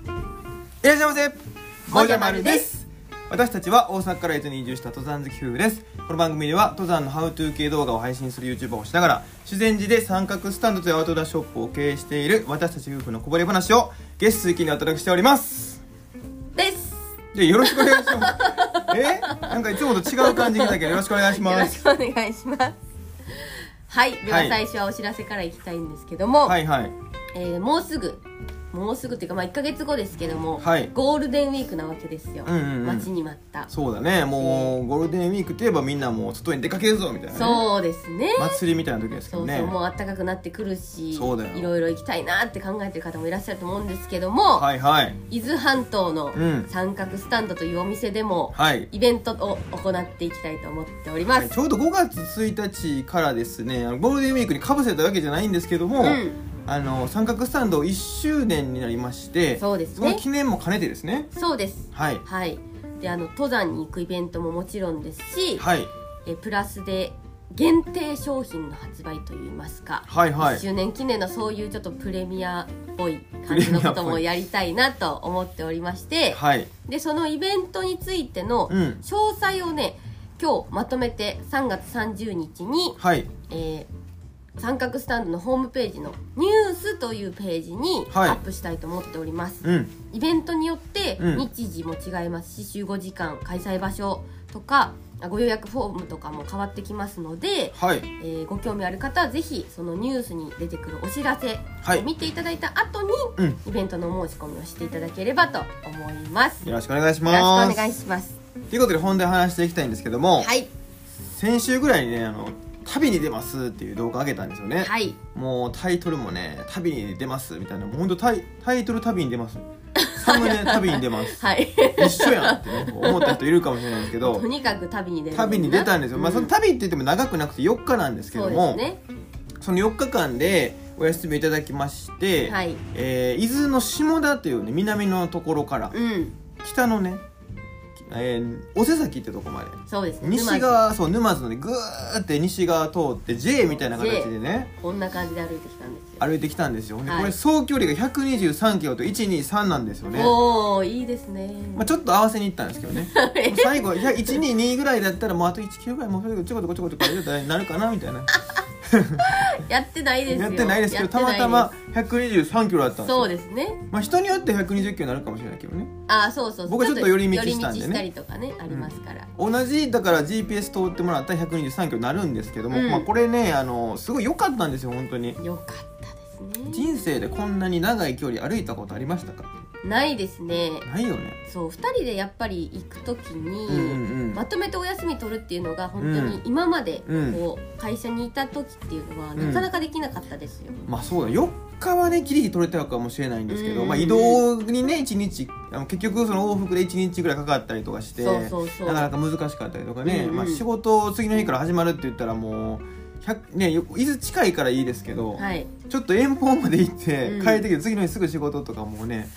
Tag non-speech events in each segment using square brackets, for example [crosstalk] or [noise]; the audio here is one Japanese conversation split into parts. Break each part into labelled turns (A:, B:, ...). A: いらっしゃいませ
B: もじゃまるです
A: 私たちは大阪から江戸に移住した登山好き夫婦ですこの番組では登山のハウトゥー系動画を配信する YouTuber をしながら修善寺で三角スタンドというアウトドアショップを経営している私たち夫婦のこぼれ話を月水金にお届けしております
B: です
A: じゃあよろしくお願いします [laughs] えなんかいつもと違う感じだけどよろしくお願いし
B: よろ
A: ま
B: し
A: す
B: くお願いしますはいで
A: は
B: はい最初はお知らせからいきたいんですけども、
A: はいはい
B: えーもうすぐもうすぐっていうかまあ1か月後ですけども、
A: はい
B: ゴールデンウィークなわけですよ、
A: うんうんうん
B: 待ちに待った
A: そうだねもうゴールデンウィークといえばみんなもう外に出かけるぞみたいなね、
B: そうですね
A: 祭りみたいな時ですけ
B: そ
A: ど
B: うそう、
A: ね
B: もう暖かくなってくるし
A: そうだよ
B: いろいろ行きたいなって考えてる方もいらっしゃると思うんですけども、
A: はいはい
B: 伊豆半島の
A: うん
B: 三角スタンドというお店でも、
A: はい
B: イベントを行っていきたいと思っております、
A: ちょうど5月1日からですねあのゴールデンウィークにかぶせたわけじゃないんですけども、
B: うん
A: あの三角スタンド1周年になりまして
B: そうですね
A: の記念も兼ねてですね
B: そうです
A: はい
B: はいであの登山に行くイベントももちろんですし、
A: はい
B: えプラスで限定商品の発売といいますか、
A: はいはい
B: 1周年記念のそういうちょっとプレミアっぽい感じのこともやりたいなと思っておりまして、
A: はい
B: でそのイベントについての
A: うん
B: 詳細をね今日まとめて3月30日に、
A: はい
B: えー三角スタンドのホームページの「ニュース」というページにア
A: はい
B: ップしたいと思っております、
A: うん
B: イベントによって
A: うん
B: 日時も違いますし、集合時間開催場所とかあご予約フォームとかも変わってきますので、
A: はい
B: えーご興味ある方はぜひそのニュースに出てくるお知らせ
A: はい
B: を見ていただいた後に、
A: うん
B: イベントのお申し込みをしていただければと思います
A: よ
B: よ
A: ろしくお願いし
B: ろしく
A: ます
B: お願いします
A: ということで本題話していきたいんですけども、
B: はい
A: 先週ぐらいにねあの旅に出ますっていう動画上げたんですよね、
B: はい
A: もうタイトルもね旅に出ますみたいなもうほんとタイタイトル旅に出ますサムネ旅に出ます
B: はい
A: 一緒やんってね思った人いるかもしれないですけど
B: [laughs] とにかく旅に出る
A: 旅に出たんですよ、まあ、その
B: うん
A: 旅って言っても長くなくて4日なんですけ
B: そ
A: ど
B: うで
A: も
B: す
A: そ,、
B: ね
A: の4日間でお休みいただきまして、
B: はい
A: えー伊豆の下田というね南のところから
B: うん
A: 北のね、えー、お瀬崎ってとこまで
B: そうですね
A: 西
B: 沼
A: 側そう沼津のねぐーって西側通って J みたいな形でね
B: 津こんな感じで歩いてきたんですよ
A: 歩いてきたんですよ、ね
B: はい
A: これ総距離が123キロと123なんですよね
B: おおいいですね、
A: まあ、ちょっと合わせに行ったんですけどね
B: [laughs]
A: もう最後いや122ぐらいだったらもうあと1キロぐらいもうそれでちょこちょこちょこちょこちょこなるかなみたいな
B: やってないですよ
A: やってないですけど
B: やって
A: た
B: ない
A: ま
B: です
A: たま123キロだったんですよ
B: そうですね
A: まあ、人によって120キロになるかもしれないけどね
B: あーそうそうそう
A: 僕はちょっと寄り道したんでね
B: 寄り道したりとかねありますから、
A: 同じだから GPS 通ってもらったら123キロになるんですけども、
B: うん
A: まあ、これねあのすごい良かったんですよ本当に
B: よかったですね
A: 人生でこんなに長い距離歩いたことありましたか
B: ないですね
A: ないよね
B: そう2人でやっぱり行く時に、
A: うんうんうん
B: まとめてお休み取るっていうのが本当に今まで
A: うん
B: こう会社にいた時っていうのは
A: うん
B: なかなかできなかったですよ、
A: まあそうだ4日はねギリギリ取れたかもしれないんですけど、
B: うん
A: まあ、移動にね1日あの結局その往復で1日ぐらいかかったりとかして
B: そうそうそう
A: なかなか難しかったりとかね、
B: うんうん
A: まあ、仕事を次の日から始まるって言ったらもう100ねよ伊豆近いからいいですけど、
B: はい
A: ちょっと遠方まで行って
B: うん
A: 帰ってきて次の日すぐ仕事とかもうね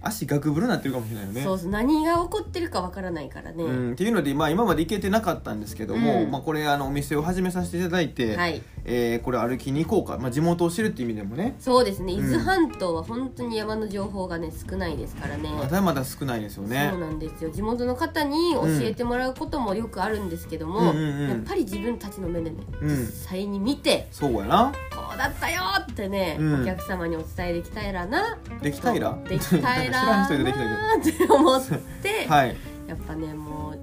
A: 足ガクブルになってるかもしれないよね。
B: そうそう何が起こってるかわからないからね、
A: うん、っていうので、まあ、今まで行けてなかったんですけども、
B: うん
A: まあ、これあのお店を始めさせていただいて、
B: はい
A: えーこれ歩きに行こうか、まあ、地元を知るっていう意味でもね
B: そうですね伊
A: うん
B: 豆半島は本当に山の情報がね少ないですからね
A: まだまだ少ないですよね
B: そうなんですよ地元の方に教えてもらうこともよくあるんですけども、
A: うんうんうんうん
B: やっぱり自分たちの目でね、
A: うん
B: 実際に見て
A: そうやな
B: こうだったよってね、
A: うん
B: お客様にお伝えできたいらな
A: できたいら
B: できたい
A: [laughs] 知らん
B: ら
A: 人でできた
B: って思って、
A: け
B: [laughs]
A: どはい
B: やっぱねも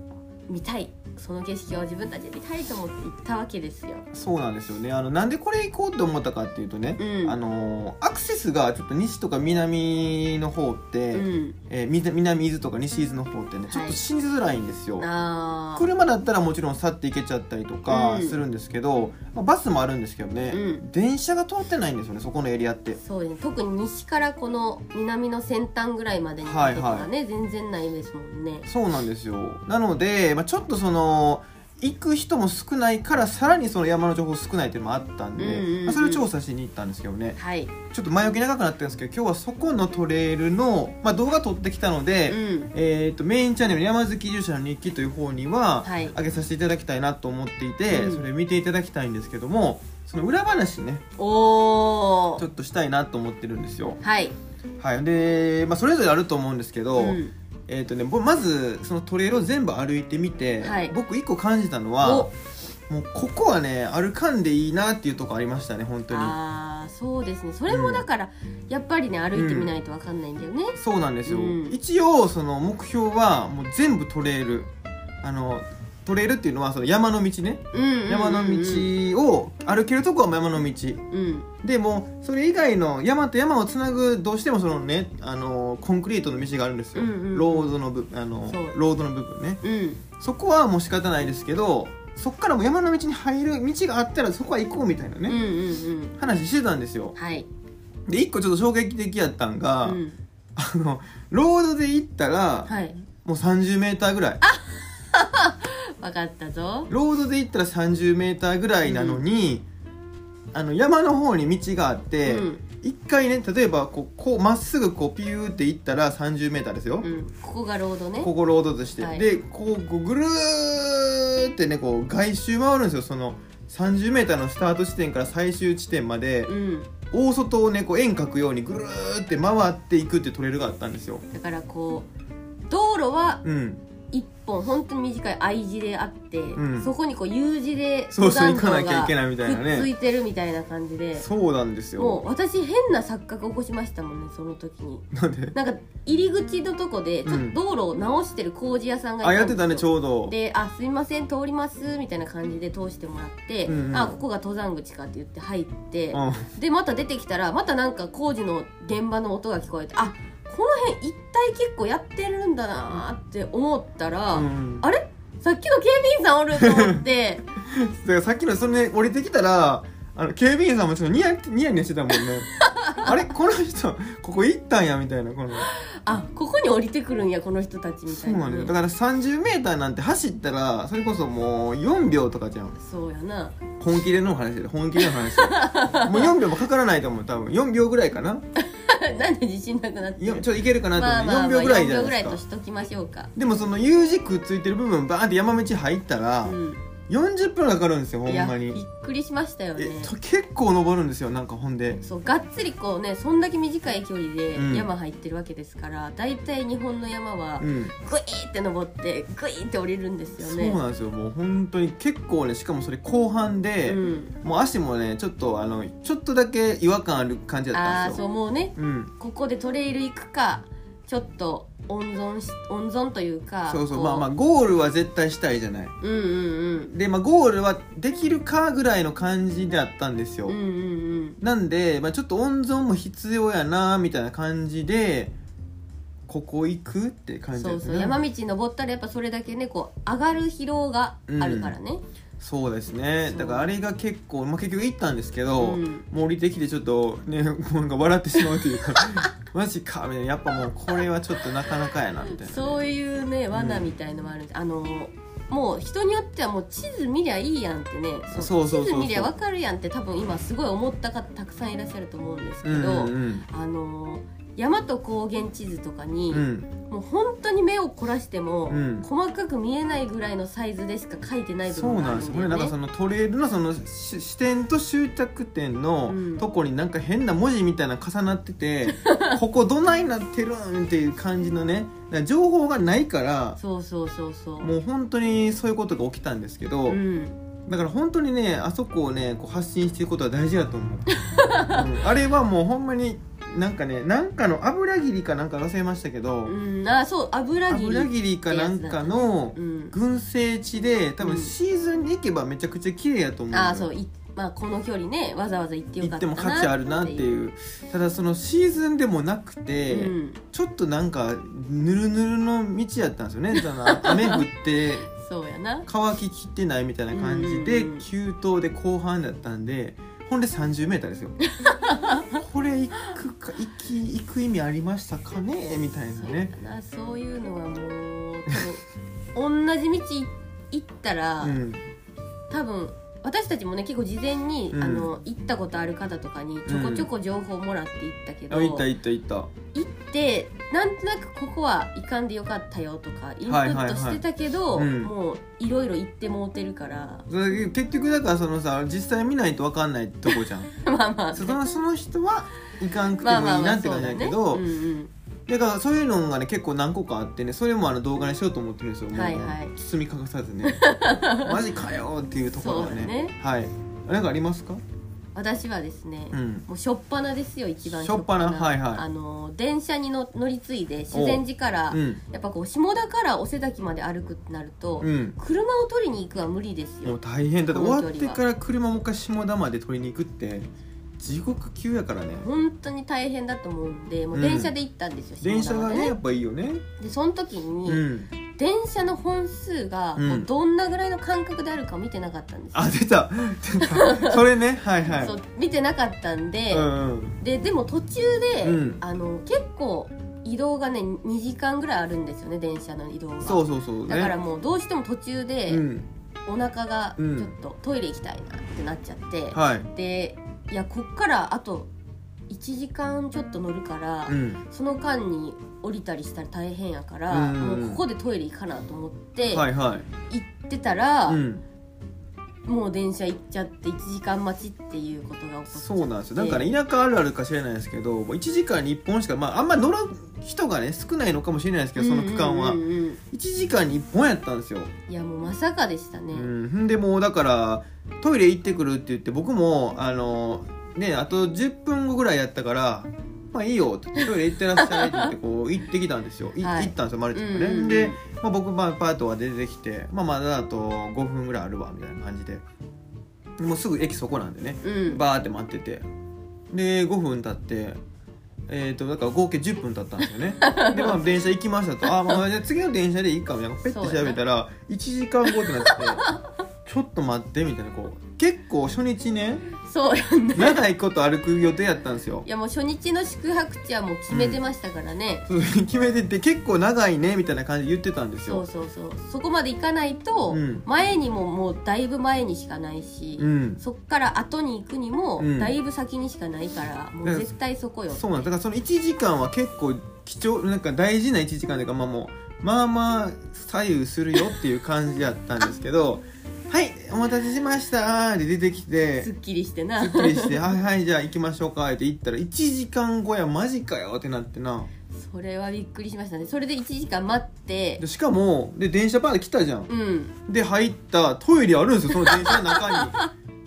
B: う見たいその景色を自分たちで見たいと思って行ったわけですよ
A: そうなんですよねあのなんでこれ行こうと思ったかっていうとね、
B: うん
A: あのアクセスがちょっと西とか南の方って、
B: うん
A: えーみ南伊豆とか西伊豆の方ってねちょっ
B: は
A: と
B: い
A: 信じづらいんですよ、
B: あー
A: 車だったらもちろん去って行けちゃったりとか
B: うん
A: するんですけど、まあバスもあるんですけどね、
B: うん
A: 電車が通ってないんですよねそこのエリアって
B: そうですね特に西からこの南の先端ぐらいまでにかけてはね、全然ないですもんね
A: そうなんですよなので、まあ、ちょっとその行く人も少ないからさらにその山の情報少ないっていうのもあったんで、
B: うんうんうん
A: まあ、それを調査しに行ったんですけどね
B: はい、
A: ちょっと前置き長くなってるんですけど今日はそこのトレイルの、まあ、動画撮ってきたので、
B: うん、
A: えー、とメインチャンネル「山月住者の日記」という方には
B: はい
A: 上げさせていただきたいなと思っていて、
B: うん
A: それ見ていただきたいんですけどもその裏話ねち
B: お
A: ょ
B: お
A: っとしたいなと思ってるんですよ
B: はい
A: はいで、まあ、それぞれあると思うんですけど、
B: うん
A: えーとね、ぼまずそのトレイルを全部歩いてみて、
B: はい
A: 僕一個感じたのは
B: お
A: もうここはね歩かんでいいなっていうとこありましたね本当に
B: あーそうですねそれもだから、やっぱりね歩いてみないとわかんないんだよね、
A: そうなんですよ、
B: うん
A: 一応その目標はもう全部トレイルあのトレイルっていうのはその山の道ね、
B: うんうんうんうん
A: 山の道を歩けるとこは山の道
B: うん
A: でもうそれ以外の山と山をつなぐどうしてもそのねあのコンクリートの道があるんですよ、
B: うんうん
A: ロードの部あの
B: そう
A: ロードの部分ね
B: うん
A: そこはもう仕方ないですけどそこからもう山の道に入る道があったらそこは行こうみたいな
B: うんう
A: ね、
B: んうん
A: 話してたんですよ
B: はい
A: で一個ちょっと衝撃的やったんが、
B: うん
A: あのロードで行ったら
B: はい
A: もう3 0ーぐらい
B: わかったぞ
A: ロードで行ったら3 0ーぐらいなのに、あの山の方に道があって、
B: うん
A: 一回ね例えばこうこうまっすぐこうピューって行ったら3 0ーですよ、
B: うんここがロードね
A: ここロードとして、
B: はい
A: でこうこうぐるーってねこう外周回るんですよその 30m のスタート地点から最終地点まで
B: うん
A: 大外をねこう円描くようにぐるーって回っていくってトレイルがあったんですよ
B: だからこう道路は
A: うん
B: 一本本当に短い I 字であって、
A: うん
B: そこにこう U 字で
A: そうそう
B: 登
A: 行かな
B: 山
A: きゃいけないみたいなね
B: くっついてるみたいな感じで
A: そうなんです
B: も
A: よ
B: う私変な錯覚起こしましたもんねその時に
A: なんで
B: なんか入り口のとこでちょ
A: う
B: っ
A: ん
B: と道路を直してる工事屋さんがい
A: あや
B: たん
A: っ
B: です
A: てた
B: よ
A: ねちょうど
B: で「あすいません通ります」みたいな感じで通してもらって「
A: うんうん
B: あここが登山口か」って言って入って、
A: うん
B: でまた出てきたらまたなんか工事の現場の音が聞こえてあこの辺一体結構やってるんだなーって思ったら、
A: うん
B: あれさっきの警備員さんおると思っ
A: [laughs]
B: て
A: だからさっきのそれね降りてきたらあの警備員さんもちょっとニヤニヤニヤしてたも
B: [laughs]
A: んねあれこの人ここ行ったんやみたいなこの
B: あここに降りてくるんやこの人たちみた
A: そ
B: いうな
A: な
B: ね、
A: んだよだから 30m なんて走ったらそれこそもう4秒とかじゃん
B: そうやな [laughs]
A: 本気での話で本気での話でもう4秒もかからないと思う多分4秒ぐらいかな
B: なんで自信なくなって
A: よ
B: る
A: ちょっといけるかなと思
B: まあ
A: う、
B: まあ、まあ、
A: 4秒ぐらいじゃ
B: 4
A: な
B: 秒ぐら
A: い
B: いと
A: で
B: し
A: すか
B: ときましょうか、
A: でもその U 字くっついてる部分バーンって山道入ったら、
B: う
A: 40分かかるんですよほ
B: ん、い
A: ん
B: や
A: ま
B: びっ
A: に
B: くりしましたよね
A: えと結構登るんですよなんかほんで
B: そうがっつりこうねそんだけ短い距離で
A: うん
B: 山入ってるわけですから、大体日本の山は
A: うん、
B: グイーって登ってグイーって降りるんですよ
A: そう
B: ね
A: なんですよもう本当に結構ねしかもそれ後半で、
B: うん
A: もう足もねちょっとあのちょっとだけ違和感ある感じだった
B: あ
A: ん
B: あ
A: です
B: そう
A: よ
B: もうね
A: うん
B: ここでトレイル行くかちょっと温存し温存というか
A: そうそう
B: こ
A: まあまあゴールは絶対したいじゃない
B: うんうん
A: で、まあ、ゴールはできるかぐらいの感じだったんですよ、
B: うんうんうん
A: なんで、まあ、ちょっと温存も必要やなみたいな感じでここ行くって
B: う
A: 感
B: ん
A: じ
B: そ
A: で
B: う
A: す
B: そ
A: ね
B: う山道登ったらやっぱそれだけねこう上がる疲労があるからね、
A: そうですね
B: そう
A: だからあれが結構、まあ、結局行ったんですけ
B: う
A: ど、
B: ん
A: もう降りてきてちょっとね [laughs] もうなんか笑ってしまうというか [laughs] マジかみたいなやっぱもうこれはちょっとなかなかやなみたいなね、
B: そういうね罠みたいのもあるんで、あのもう人によってはもう地図見りゃいいやんってね
A: そうそうそうそう
B: 地図見りゃわかるやんって多分今すごい思った方たくさんいらっしゃると思うんですけ
A: う
B: ど、
A: んうん
B: あの山と高原地図とかに、
A: うんうん
B: もう本当に目を凝らしても、
A: うん
B: 細かく見えないぐらいのサイズでしか書いてない部
A: そう
B: 分があ
A: なん
B: る
A: です
B: ん
A: よ
B: だ
A: これなん
B: よ
A: か
B: ね
A: そ。のトレイルのそのし視点と終着点の
B: うん
A: とこになんか変な文字みたいなの重なってて、 [laughs] ここどないなってるんっていう感じのねだから情報がないから
B: そうそうそうそう。
A: もう本当にそういうことが起きたんですけど、
B: うん、
A: だから本当にねあそこをねこう発信していくことは大事だと思う、うんあれはもうほんまになんかねなんかの油切りかなんか忘れましたけど、
B: うん、あそう油切り
A: 油切りかなんかの
B: うん、
A: 群生地で多
B: う
A: 分
B: ん
A: シーズンに行けばめちゃくちゃ綺麗やと思うのよ
B: あそうい、まあ、この距離ねわざわざ行ってよ
A: 行
B: か
A: っ
B: った
A: て
B: な
A: も価値あるなっていうただそのシーズンでもなくて、
B: うん、
A: ちょっとなんかぬるぬるの道やったんですよねその雨降って
B: そうやな
A: 乾ききってないみたいな感じで
B: うん
A: 急登で後半だったんでほんで 30m
B: [laughs]
A: ですよこれ行くか行き行く意味ありましたかねみたいな
B: そうや
A: ね
B: なそういうのはもう多分同じ道行ったら、
A: うん
B: 多分私たちもね結構事前に、
A: うん
B: あの行ったことある方とかにちょこちょこ情報もらって行ったけど、
A: あ行った行った行った
B: 行ってなんとなくここは行かんでよかったよとかインプットしてたけど、
A: はいはいはいうん
B: もういろいろ行ってもうてるから、 [laughs]
A: それ結局だからそのさ実際見ないと分かんないとこ
B: [laughs]
A: じゃん
B: まあまあ
A: そのその人はいかんくても
B: まあまあ
A: いい
B: ま
A: な
B: あ
A: って
B: そ
A: 感
B: う
A: じ
B: だ
A: だ
B: ね
A: け
B: う
A: ど
B: んうん
A: だからそういうのがね結構何個かあってねそれもあの動画にしようと思ってるんですよもう、
B: はいはい
A: 包み隠さずね
B: [laughs]
A: マジかよっていうところがね
B: そうだね
A: はい何かありますか
B: 私はですね、
A: うん
B: もうしょっぱなですよ一番
A: 初っ端
B: 初
A: はいはい
B: あの電車にの乗り継いで自然寺から、
A: うん
B: やっぱこう下田からお瀬崎まで歩くってなると、
A: うん
B: 車を取りに行くは無理です
A: もう
B: よ
A: 大変だって
B: こ
A: 終
B: の
A: わ
B: 距離
A: っ
B: は
A: てから車もう一回下田まで取りに行くって地獄級やからね
B: 本当に大変だと思うんでもう電車で行ったんですよ、
A: 電車
B: 下田ま
A: が
B: で
A: ねやっぱいいよね
B: でその時に、
A: うん
B: 電車の本数が
A: うん
B: こうどんなぐらいの間隔であるか見てなかったんですよ、
A: あ出たそれねはいはい
B: そう見てなかったんで、
A: うんうん
B: ででも途中で、
A: うん
B: あの結構移動がね2時間ぐらいあるんですよね電車の移動が
A: そうそうそうね
B: だからもうどうしても途中で
A: うん
B: お腹がち
A: うん
B: ょっとトイレ行きたいなってなっちゃって、
A: はい
B: でいやこっからあと1時間ちょっと乗るから、
A: うん
B: その間に降りたりしたら大変やから、
A: うん
B: もうここでトイレ行かなと思って
A: は
B: 行
A: いはい
B: ってたら、
A: うん
B: もう電車行っちゃって1時間待ちっていうことが起こっちゃって
A: そうなんですよなんかね田舎あるあるか知らないですけど1時間に1本しかまああんま乗る人がね少ないのかもしれないですけどその区間は
B: うんうんうんうん
A: 1時間に1本やったんですよ、
B: いやもうまさかでしたね、
A: うん、んでもうだからトイレ行ってくるって言って僕もあのねあと10分後ぐらいやったからまあいいよってトイレ行ってらっしゃいって言ってこ
B: [laughs]
A: う行ってきたんですよ、い
B: はい
A: 行ったんですよまるちゃんがね、
B: うんうんうん
A: で、まあ、僕まあパートは出てきて、まあ、まだあと5分ぐらいあるわみたいな感じでもうすぐ駅そこなんでね
B: うん
A: バーって待っててで5分経ってえー、とだから合計10分経ったんですよねでまあ電車行きましたとあまあじゃあ次の電車でいいかみたいなペッて調べたら1時間後ってなっててちょっと待ってみたいなこう結構初日ね
B: そうやんな
A: 長いこと歩く予定やったんですよ
B: いやもう初日の宿泊地はもう決めてましたからね、
A: そう決めてて結構長いねみたいな感じで言ってたんです
B: そう
A: よ
B: そうそうそこまで行かないと、
A: うん
B: 前にももうだいぶ前にしかないし、
A: うん
B: そっから後に行くにも
A: うん
B: だいぶ先にしかないから、もう絶対そこよ
A: そうなんだからその1時間は結構貴重なんか大事な1時間というかまあもうまあまあ左右するよっていう感じだったんですけど「はいお待たせしました」で出てき
B: すってきりして
A: すっ
B: な [laughs]
A: きりして「はいはいじゃあ行きましょうか」って言ったら1時間後やマジかよってなってな
B: それはびっくりしましたねそれで1時間待って
A: でしかもで電車パーで来たじゃん
B: うん
A: で入ったトイレあるんですよその電車の中に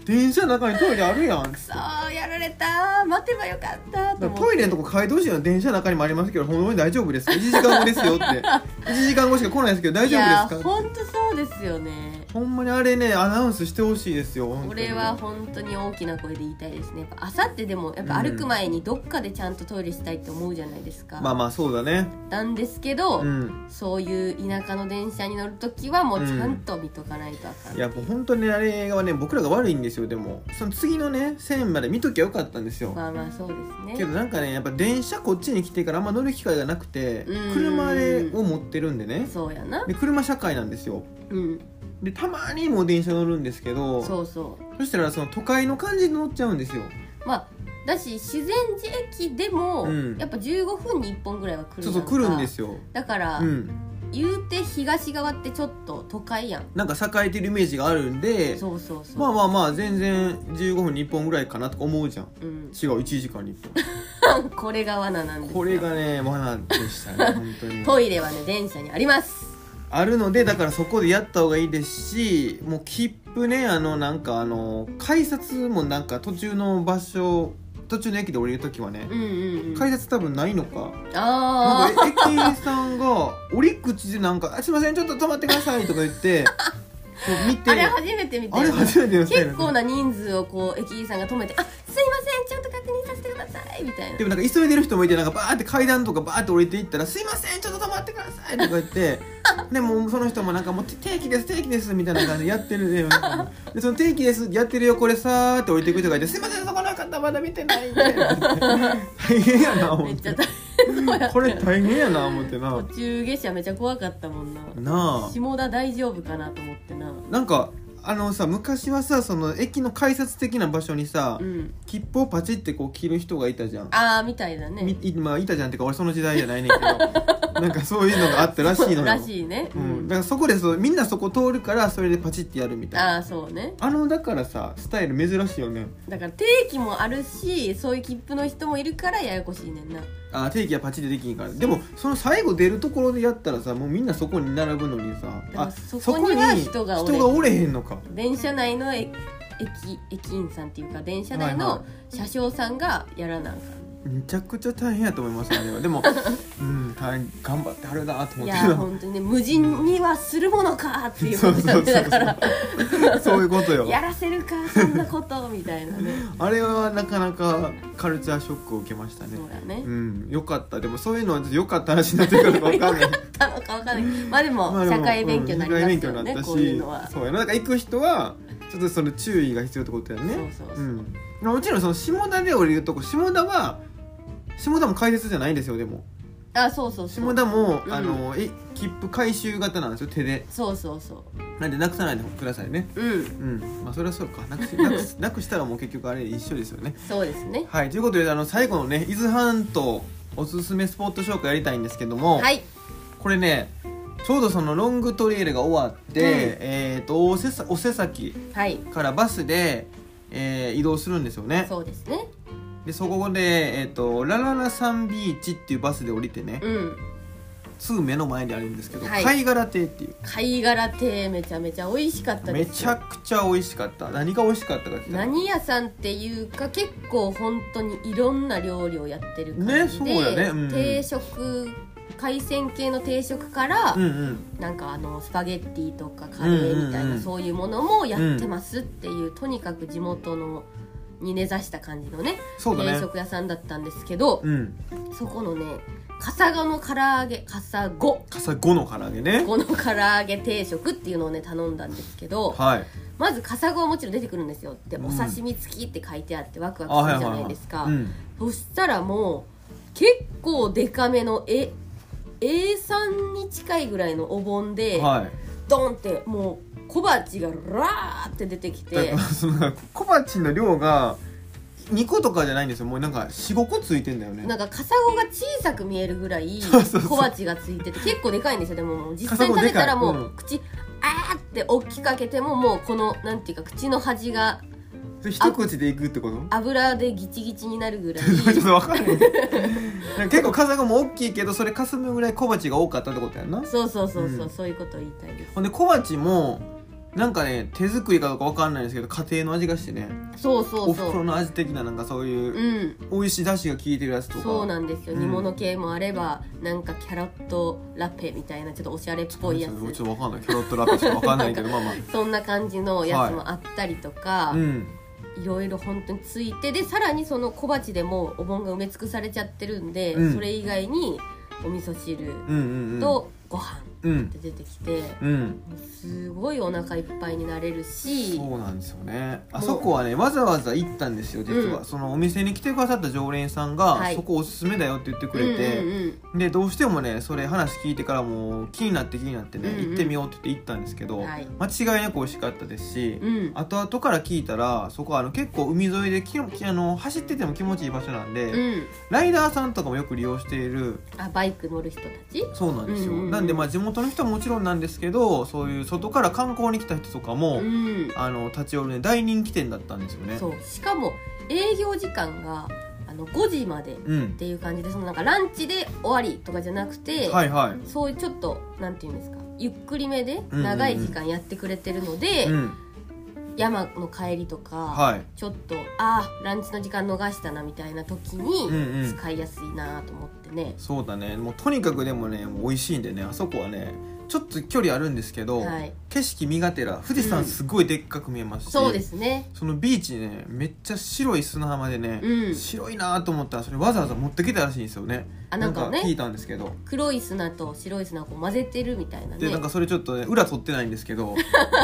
A: 電車の中にトイレあるやんっつって
B: そうやられた待てばよかったと
A: だか
B: 思
A: ら
B: って
A: トイレのとこ変えてほしいの電車の中にもありますけど本当に大丈夫ですか1時間後です
B: [laughs]
A: よって1時間後しか来ないですけど大丈夫で
B: いや
A: すか
B: 本当そうですよね
A: ほんまにあれねアナウンスしてほしいですよ
B: これは本当に大きな声で言いたいですねやっぱ朝ってでもやっぱ歩く前にどっかでちゃんとトイレしたいって思うじゃないですか、
A: まあまあそうだね
B: なんですけど、
A: うん
B: そういう田舎の電車に乗る時はもうちゃんと見とかないとあかん、
A: いやもう本当にあれはね僕らが悪いんですよでもその次のね線まで見ときゃよかったんですよ
B: まあまあそうですね
A: けどなんかねやっぱ電車こっちに来てからあんま乗る機会がなくて
B: うん
A: 車でを持ってるんでね
B: そうやな
A: で車社会なんですよ
B: うん
A: でたまにもう電車乗るんですけどそ
B: そうそう
A: したらその都会の感じで乗っちゃうんですよ
B: まあだし自然寺駅でも、
A: うん
B: やっぱ15分に1本ぐらいは来る
A: そ
B: や
A: うんそ
B: か
A: う来るんですよ
B: だから、
A: うん
B: 言うて東側ってちょっと都会やん
A: なんか栄えてるイメージがあるんで
B: そうそうそう
A: まあまあまあ全然15分に1本ぐらいかなとか思うじゃん
B: うん [laughs]
A: 違う1時間に1
B: これが罠なんです
A: 本
B: よ
A: これがね罠でした
B: [laughs]
A: ね本当に
B: トイレはね電車にあります
A: あるのでだからそこでやった方がいいですしもう切符ねあのなんかあの改札もなんか途中の場所途中の駅で降りる時はね
B: うんうん、うん、
A: 改札多分ないのかな
B: あ
A: んか駅員さんが折り口でなんかあ「すいませんちょっと止まってください」とか言っ
B: [laughs]
A: てこう見
B: あ
A: て
B: あれ初めて見た
A: あれ
B: よ
A: 初めてやったよね
B: 結構な人数をこう駅員さんが止めて「あすいませんちょっと確認させてください」みたいな
A: でもなんか急いでる人もいてなんかバーって階段とかバーって降りていったら「すいませんちょっと止まってください」とか言ってでもうその人もなんか「もう定期です定期です」みたいな感じでやってるねなんかでその「定期です」やってる横でさーって降りていく人がいて「すいませんそこの方まだ見て [laughs] ないんで」大変やな思
B: め
A: っ
B: っちゃ
A: て
B: 大変そう [laughs] やった
A: これ大変やな思ってな
B: 途中下車めっちゃ怖かったもんな
A: なあ
B: 下田大丈夫かなと思ってな
A: なんかあのさ昔はさその駅の改札的な場所にさ、
B: うん
A: 切符をパチってこう切る人がいたじゃん
B: ああみたいだ
A: み
B: ね
A: いまあいたじゃんってか俺その時代じゃない
B: [laughs]
A: ねんけどなんかそういうのがあったらしいのよ
B: らしいね
A: う、
B: うんん
A: だからそこでそうみんなそこ通るからそれでパチってやるみたいな
B: ああそうね
A: あのだからさスタイル珍しいよね
B: だから定期もあるしそういう切符の人もいるからややこしいねんな
A: あ定期はパチでできんからでもその最後出るところでやったらさもうみんなそこに並ぶのにさ
B: でもそこには人がおれん
A: へんのか
B: 電車内のえ駅駅員さんっていうか電車内
A: はいは
B: の車掌さんがやらなあかん
A: めちゃくちゃ大変やと思いますあれは
B: [laughs]
A: でもうん大変頑張ってはるなと思
B: い
A: っ
B: や
A: て
B: ー本当にね無人にはするものかっていうことなんで
A: そうそ
B: だ
A: うそうそう
B: か
A: [laughs]
B: ら
A: そういうことよ
B: やらせるかそんなことみたいなね
A: あれはなかなかカルチャーショックを受けましたね
B: そうだね
A: うんよかったでもそういうのは良かった話になってくるか分か
B: [laughs]
A: んない
B: なのかわかんないまあでも
A: まあでも
B: 社会勉強になりますよね
A: うん社
B: こ
A: 会
B: うい
A: 勉強
B: う
A: に
B: の
A: なった
B: は
A: しそうやなだから行く人はちょっとその注意が必要ってことやね
B: そうそうそう
A: うんまあもちろんその下田で降りるとこ下田は下田も解説じゃないですよでも
B: あそうそうそ
A: 下
B: う
A: 田も、
B: うん
A: あのえ切符回収型なんですよ手で
B: そうそうそ
A: なんでなくさないでくださいね
B: ううん
A: うんまあそれはそうかな
B: [laughs]
A: くしなくすなくしたらもう結局あれ一緒ですよね
B: そうですね
A: はいということであの最後のね伊豆半島おすすめスポット紹介やりたいんですけども、
B: はい
A: これねちょうどそのロングトレイルが終わって、
B: うん
A: えー、とおせさお瀬崎
B: はい
A: からバスで、えー移動するんですよね
B: そうですね
A: でそこで、えー、とラララサンビーチっていうバスで降りてね、
B: うん
A: すぐ目の前にあるんですけど、
B: はい
A: 貝殻亭っていう
B: 貝殻亭めちゃめちゃ美味しかったで
A: め
B: す
A: ちゃくちゃ美味しかった何が美味しかったかって言ったら
B: 何屋さんっていうか結構本当にいろんな料理をやってる
A: ね
B: 感じ
A: そ
B: で、
A: うやねうん
B: 定食海鮮系の定食から、
A: うんうん
B: なんかあのスパゲッティとかカレーみたいな、
A: うんうんうん
B: そういうものもやってますっていう、とにかく地元のに根ざした感じのね
A: そうだ
B: 定
A: ね
B: 食屋さんだったんですけど、
A: うん
B: そこのね笠子の唐揚げ笠子
A: 笠5の唐揚げね
B: この唐揚げ定食っていうのをね頼んだんですけど、
A: はい
B: まずカサゴはもちろん出てくるんですよで、
A: うん
B: お刺身付きって書いてあってワク
A: あ
B: ワ
A: は
B: クす
A: い
B: る
A: はい
B: じ
A: は
B: ゃないいですか、
A: うん
B: そしたらもう結構デカめのえ A3 に近いぐらいのお盆で、
A: は
B: ドンってもう小鉢がラーって出てき
A: いだ [laughs] か
B: て
A: らその小鉢の量が2個とかじゃないんですよもうなんか45個ついてんだよね
B: なんかカサゴが小さく見えるぐらい
A: [laughs] そうそうそう
B: 小鉢がついてて結構でかいんですよでももう実
A: カサ
B: 際
A: ゴ
B: 食
A: でかい
B: べたらも
A: う
B: うん口あーって大きく開けてももうこのなんていうか口の端が
A: それ一口でいくってこと
B: 油でギチギチになるぐ
A: [laughs]
B: らい
A: ちょっと分かんないなんか結構カサゴも大きいけどそれかすむぐらい小鉢が多かったってことやんな
B: そうそうそうそう、
A: うん
B: そういうことを言いたいで
A: ほんで小鉢もなんかね手作りかどうか分かんないんですけど家庭の味がしてね
B: すそうそうそ
A: おふくろ
B: う
A: の味的ななんかそういううん美味しい出汁が効いてるやつとか
B: そうなんですよ、
A: うん
B: 煮物系もあればなんかキャロットラペみたいなちょっとおしゃれっぽいや
A: ちょっ
B: つ
A: と分かんないキャロットラペしか分かんないけどまあま
B: そんな感じのやつ [laughs] もあったりとか、
A: あうん
B: い、ろいろ本当についてでさらにその小鉢でもうお盆が埋め尽くされちゃってるんで、
A: うん
B: それ以外にお味噌汁
A: うんうんうん
B: とご飯
A: うん
B: って出てきて、
A: うん
B: すごいお腹いっぱいになれるし
A: そうなんですよねあ
B: もう
A: そこはねわざわざ行ったんですよ実は、
B: うん
A: そのお店に来てくださった常連さんが、
B: はい
A: そこおすすめだよって言ってくれて、
B: うんうんうん
A: でどうしてもねそれ話聞いてからもう気になって気になってね、
B: うんうん
A: 行ってみようって言って行ったんですけど、
B: はい
A: 間違いなく美味しかったですし、
B: うん
A: 後々から聞いたらそこはあの結構海沿いでききあの走ってても気持ちいい場所なんで、
B: うん
A: ライダーさんとかもよく利用している
B: あバイク乗る人たち
A: そうなんですよ、
B: うんうんうん
A: なんでまあ地元の人はもちろんなんですけどそういう外から観光に来た人とかも、
B: うん
A: あの立ち寄るね大人気店だったんですよね
B: そうしかも営業時間があの5時までっ
A: うん
B: ていう感じでそのなんかランチで終わりとかじゃなくて、
A: はいはい
B: そういうちょっとなんていうんですかゆっくりめで
A: うん
B: 長い時間やってくれてるので、
A: うん
B: 山の帰りとか、
A: はい
B: ちょっとあーランチの時間逃したなみたいな時
A: うん
B: に
A: うん
B: 使いやすいなと思ってね、
A: そうだねもうとにかくでもねもう美味しいんでねあそこはねちょっと距離あるんですけど、
B: はい
A: 景色見がてら富士
B: う
A: 山
B: ん
A: すごいでっかく見えますし、
B: そうですね
A: そのビーチねめっちゃ白い砂浜でね、
B: うん
A: 白いなと思ったらそれわざわざ持ってきたらしいんですよね
B: あなんか
A: 聞い
B: ね
A: たんですけど
B: 黒い砂と白い砂をこう混ぜてるみたいな
A: で
B: ね
A: なんかそれちょっとね裏取ってないんですけ
B: [laughs]
A: ど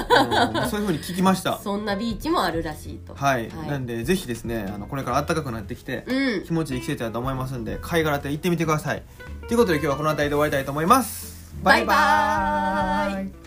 A: あのそういうふうに聞きました
B: そんなビーチもあるらしいと
A: はい、
B: はい
A: なんでぜひですねあのこれから暖かくなってきて、
B: うん
A: 気持ちいい季節だと思いますんで貝殻って行ってみてくださいということで今日はこの辺りで終わりたいと思います
B: バイバーイ